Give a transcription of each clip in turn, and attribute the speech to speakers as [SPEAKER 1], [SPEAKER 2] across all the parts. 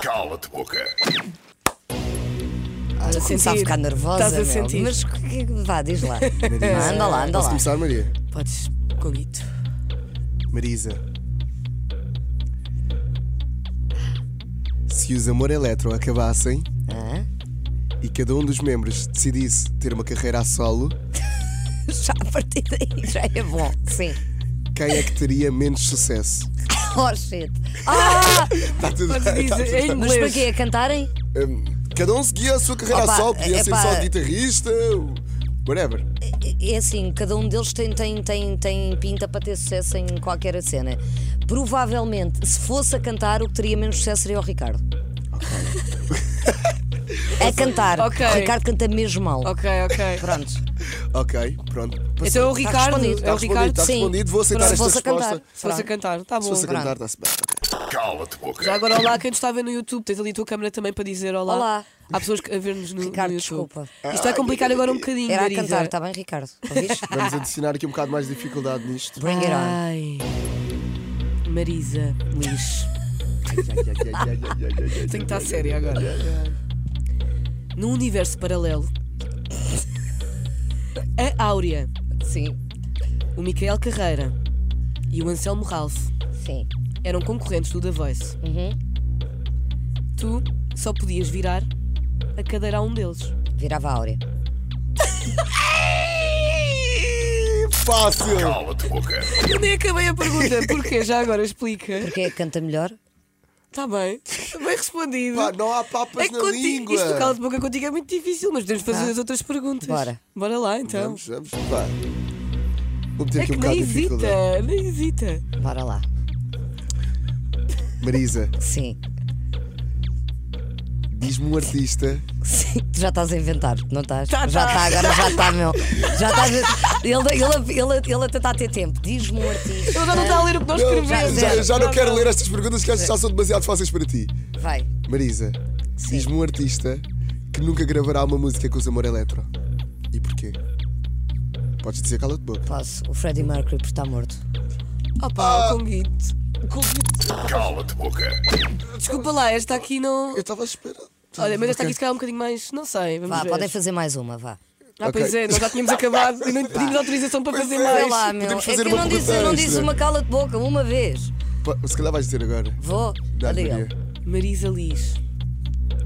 [SPEAKER 1] Cala-te boca.
[SPEAKER 2] Olha, começar a
[SPEAKER 3] sentir.
[SPEAKER 2] ficar nervosa.
[SPEAKER 3] Estás a
[SPEAKER 2] meu.
[SPEAKER 3] sentir.
[SPEAKER 2] Mas que- que- vá, diz lá. Ah, anda lá, anda
[SPEAKER 4] Posso
[SPEAKER 2] lá.
[SPEAKER 4] começar, Maria?
[SPEAKER 3] Podes, Coguito.
[SPEAKER 4] Marisa. Se os amor eletro acabassem
[SPEAKER 2] Hã?
[SPEAKER 4] e cada um dos membros decidisse ter uma carreira a solo,
[SPEAKER 2] Já a partir daí já é bom. Sim.
[SPEAKER 4] quem é que teria menos sucesso?
[SPEAKER 2] Oh shit. Ah!
[SPEAKER 4] Está tudo
[SPEAKER 3] Podes
[SPEAKER 4] bem, está
[SPEAKER 3] dizer,
[SPEAKER 4] tudo
[SPEAKER 3] em
[SPEAKER 4] bem.
[SPEAKER 2] Mas para
[SPEAKER 3] inglês.
[SPEAKER 2] quê? A cantarem?
[SPEAKER 4] Hum, Cada um seguia a sua carreira
[SPEAKER 2] Opa, é,
[SPEAKER 4] a solo, podia ser
[SPEAKER 2] epá.
[SPEAKER 4] só guitarrista, whatever.
[SPEAKER 2] É- É assim, cada um deles tem, tem, tem, tem pinta para ter sucesso em qualquer cena. Provavelmente, se fosse a cantar, o que teria menos sucesso seria o Ricardo. a cantar.
[SPEAKER 3] Ok.
[SPEAKER 2] O Ricardo canta mesmo mal.
[SPEAKER 3] Ok, ok.
[SPEAKER 2] Pronto.
[SPEAKER 4] Ok, pronto.
[SPEAKER 3] Então é o
[SPEAKER 2] Está
[SPEAKER 3] Ricardo.
[SPEAKER 2] respondido.
[SPEAKER 3] É
[SPEAKER 4] Está
[SPEAKER 3] o
[SPEAKER 4] tá respondido, tá
[SPEAKER 3] Ricardo.
[SPEAKER 4] está
[SPEAKER 2] sim.
[SPEAKER 4] respondido, vou aceitar
[SPEAKER 2] Pronto,
[SPEAKER 4] esta
[SPEAKER 2] fosse a cantar.
[SPEAKER 4] resposta.
[SPEAKER 3] Se fosse a cantar, tá
[SPEAKER 4] Se
[SPEAKER 3] bom.
[SPEAKER 4] fosse a cantar, está-se bem. tá
[SPEAKER 1] Cala-te boca.
[SPEAKER 3] Já agora olá a quem nos está a ver no YouTube. Tens ali a tua câmera também para dizer olá.
[SPEAKER 2] Olá.
[SPEAKER 3] Há pessoas que- a ver-nos no, no
[SPEAKER 2] Ricardo,
[SPEAKER 3] YouTube.
[SPEAKER 2] desculpa.
[SPEAKER 3] Isto vai complicar agora um bocadinho,
[SPEAKER 2] Era a
[SPEAKER 3] Marisa.
[SPEAKER 2] cantar, tá está bem, Ricardo? Ouviste?
[SPEAKER 4] Vamos adicionar aqui um bocado mais de dificuldade nisto.
[SPEAKER 2] Bring it on.
[SPEAKER 3] Ai. Marisa, Luís. Tenho que estar séria agora. Num universo paralelo, a Áurea,
[SPEAKER 2] Sim,
[SPEAKER 3] o Micael Carreira e o Anselmo Ralph
[SPEAKER 2] sim.
[SPEAKER 3] eram concorrentes do The Voice.
[SPEAKER 4] Uhum.
[SPEAKER 3] Tu só podias virar a cadeira a um deles.
[SPEAKER 2] Virava áurea.
[SPEAKER 4] Fácil!
[SPEAKER 1] Cala-te boca.
[SPEAKER 3] Eu nem acabei a pergunta, porquê? Já agora explica.
[SPEAKER 2] Porque é canta melhor?
[SPEAKER 3] Está bem, bem respondido.
[SPEAKER 4] Pá, não há papas
[SPEAKER 3] É
[SPEAKER 4] na
[SPEAKER 3] contigo-
[SPEAKER 4] língua.
[SPEAKER 3] Isto do cala de boca contigo é muito difícil, mas podemos fazer as outras perguntas.
[SPEAKER 2] Bora.
[SPEAKER 3] Bora lá então.
[SPEAKER 4] Vamos, vamos, pá. Vou meter
[SPEAKER 3] É
[SPEAKER 4] aqui
[SPEAKER 3] que
[SPEAKER 4] um bocado
[SPEAKER 3] nem
[SPEAKER 4] de dificuldade.
[SPEAKER 3] hesita, nem hesita.
[SPEAKER 2] Bora lá.
[SPEAKER 4] Marisa,
[SPEAKER 2] Sim,
[SPEAKER 4] diz-me um artista.
[SPEAKER 2] sim. Tu já estás a inventar, não estás?
[SPEAKER 3] Tá,
[SPEAKER 2] já
[SPEAKER 3] tá.
[SPEAKER 2] está, agora já está, meu. Já está. Ele, ele, ele, ele a tentar ter tempo. Diz-me um artista.
[SPEAKER 3] Ele já não está a ler o que nós
[SPEAKER 4] já,
[SPEAKER 3] escrevemos.
[SPEAKER 4] já- já não quero ler estas perguntas que acho que já são demasiado fáceis para ti.
[SPEAKER 2] Vai.
[SPEAKER 4] Marisa,
[SPEAKER 2] Sim.
[SPEAKER 4] diz-me um artista que nunca gravará uma música com os Amor Eletro. E porquê? Podes dizer cala-te boca.
[SPEAKER 2] Posso. O Freddie Mercury porque está morto.
[SPEAKER 3] Opa, o Conguito. O Conguito.
[SPEAKER 1] Cala-te boca.
[SPEAKER 3] Desculpa lá, esta aqui não.
[SPEAKER 4] Eu estava à espera.
[SPEAKER 3] Olha, mas esta aqui se calhar é um bocadinho mais. Não sei, vamos
[SPEAKER 2] Vá,
[SPEAKER 3] ver.
[SPEAKER 2] podem fazer mais uma, vá.
[SPEAKER 3] Ah, pois
[SPEAKER 4] Ok.
[SPEAKER 3] é, nós já tínhamos acabado e não pedimos autorização para fazer
[SPEAKER 4] é.
[SPEAKER 2] Vai
[SPEAKER 3] mais.
[SPEAKER 2] lá, meu. É
[SPEAKER 4] podemos
[SPEAKER 2] que
[SPEAKER 4] fazer
[SPEAKER 2] eu
[SPEAKER 4] uma
[SPEAKER 2] não disse, eu não
[SPEAKER 4] pergunta
[SPEAKER 2] disse
[SPEAKER 4] extra.
[SPEAKER 2] uma cala de boca uma vez.
[SPEAKER 4] Pa- Se calhar vais dizer agora.
[SPEAKER 2] Vou.
[SPEAKER 4] Dá,
[SPEAKER 2] Adiós.
[SPEAKER 4] Maria.
[SPEAKER 3] Marisa Liz.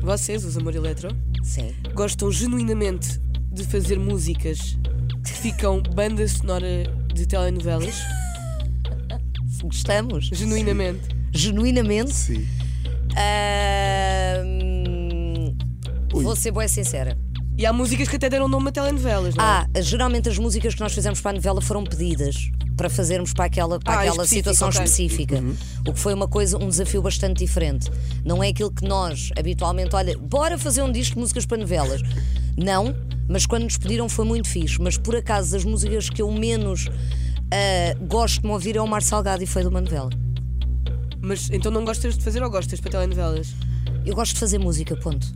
[SPEAKER 3] Vocês, os Amor Eletro,
[SPEAKER 2] Sim.
[SPEAKER 3] gostam genuinamente de fazer músicas que ficam banda sonora de telenovelas?
[SPEAKER 2] Gostamos.
[SPEAKER 3] Genuinamente.
[SPEAKER 2] Genuinamente.
[SPEAKER 4] Sim.
[SPEAKER 2] Ahm,
[SPEAKER 4] Ui.
[SPEAKER 2] Vou ser boa sincera.
[SPEAKER 3] E há músicas que até deram nome a telenovelas, não é?
[SPEAKER 2] Ah, geralmente as músicas que nós fizemos para a novela foram pedidas para fazermos para aquela, para
[SPEAKER 3] Ah,
[SPEAKER 2] aquela
[SPEAKER 3] específico,
[SPEAKER 2] situação
[SPEAKER 3] ok. Uhum.
[SPEAKER 2] específica. O que foi uma coisa, um desafio bastante diferente. Não é aquilo que nós habitualmente, olha, bora fazer um disco de músicas para novelas. Não, mas quando nos pediram foi muito fixe. Mas por acaso as músicas que eu menos ah, gosto de me ouvir é o Mar Salgado e foi de uma novela.
[SPEAKER 3] Mas então não gostas de fazer ou gostas para telenovelas?
[SPEAKER 2] Eu gosto de fazer música, ponto.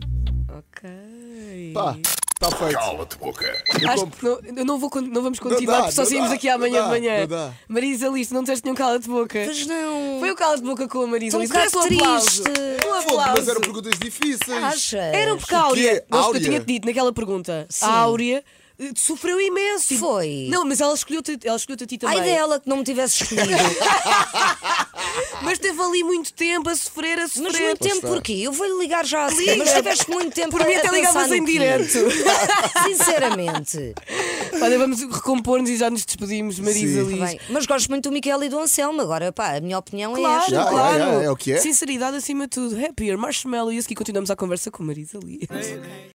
[SPEAKER 3] Ok.
[SPEAKER 4] Pá, está feito.
[SPEAKER 1] Cala-te boca.
[SPEAKER 4] Eu
[SPEAKER 3] Acho
[SPEAKER 4] compro.
[SPEAKER 3] que não, eu não, vou, con- não vamos continuar,
[SPEAKER 4] dá,
[SPEAKER 3] porque só
[SPEAKER 4] não
[SPEAKER 3] saímos
[SPEAKER 4] dá,
[SPEAKER 3] aqui amanhã
[SPEAKER 4] não
[SPEAKER 3] de
[SPEAKER 4] dá,
[SPEAKER 3] manhã.
[SPEAKER 4] não dá.
[SPEAKER 3] Marisa Liz, não tens nenhum cala de boca.
[SPEAKER 2] Mas não.
[SPEAKER 3] Foi o cala de boca com a Marisa
[SPEAKER 2] Estou um
[SPEAKER 3] Liz.
[SPEAKER 2] bocado
[SPEAKER 3] Merece um aplauso.
[SPEAKER 2] triste.
[SPEAKER 3] Um
[SPEAKER 4] Fogo,
[SPEAKER 3] aplauso.
[SPEAKER 4] Mas eram perguntas difíceis.
[SPEAKER 2] Achas?
[SPEAKER 3] Era um porque a Áurea, nós- eu
[SPEAKER 4] Áurea?
[SPEAKER 3] tinha-te dito naquela pergunta, a Áurea eh, sofreu imenso.
[SPEAKER 2] Foi.
[SPEAKER 3] Não, mas ela escolheu-te ela escolheu a ti também.
[SPEAKER 2] Ai dela que não me tivesse escolhido.
[SPEAKER 3] Mas teve ali muito tempo a sofrer, a sofrer.
[SPEAKER 2] Mas muito tempo
[SPEAKER 4] está.
[SPEAKER 2] porquê? Eu vou-lhe ligar já a seguir. Mas tiveste muito tempo
[SPEAKER 3] Por mim
[SPEAKER 2] a
[SPEAKER 3] até
[SPEAKER 2] pensar
[SPEAKER 3] ligavas
[SPEAKER 2] no
[SPEAKER 3] em
[SPEAKER 2] quê?
[SPEAKER 3] direto.
[SPEAKER 2] Sinceramente.
[SPEAKER 3] Olha, vamos recompor-nos e já nos despedimos, Marisa
[SPEAKER 4] Sim.
[SPEAKER 3] Liz.
[SPEAKER 2] Bem, mas gosto muito do Miquel e do Anselmo. Agora, pá, a minha opinião é
[SPEAKER 3] Claro,
[SPEAKER 2] esta.
[SPEAKER 4] Já,
[SPEAKER 3] claro.
[SPEAKER 4] já, já, é o que é.
[SPEAKER 3] Sinceridade acima de tudo. Happier, marshmallow e a seguir continuamos a conversa com Marisa Liz.